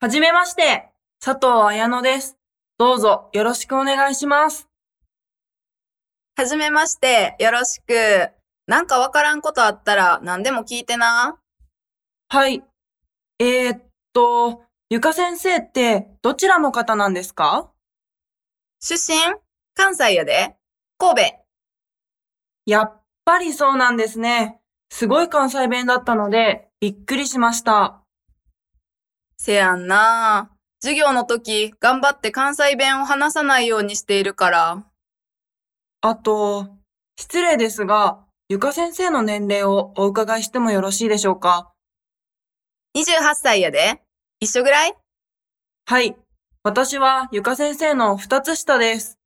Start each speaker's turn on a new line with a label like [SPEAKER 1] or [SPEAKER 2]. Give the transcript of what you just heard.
[SPEAKER 1] はじめまして、佐藤綾乃です。どうぞよろしくお願いします。
[SPEAKER 2] はじめまして、よろしく。なんかわからんことあったら何でも聞いてな。
[SPEAKER 1] はい。えー、っと、ゆか先生ってどちらの方なんですか
[SPEAKER 2] 出身関西やで。神戸。
[SPEAKER 1] やっぱりそうなんですね。すごい関西弁だったので、びっくりしました。
[SPEAKER 2] せやんな。授業の時、頑張って関西弁を話さないようにしているから。
[SPEAKER 1] あと、失礼ですが、ゆか先生の年齢をお伺いしてもよろしいでしょうか
[SPEAKER 2] 28歳やで。一緒ぐらい
[SPEAKER 1] はい。私はゆか先生の二つ下です。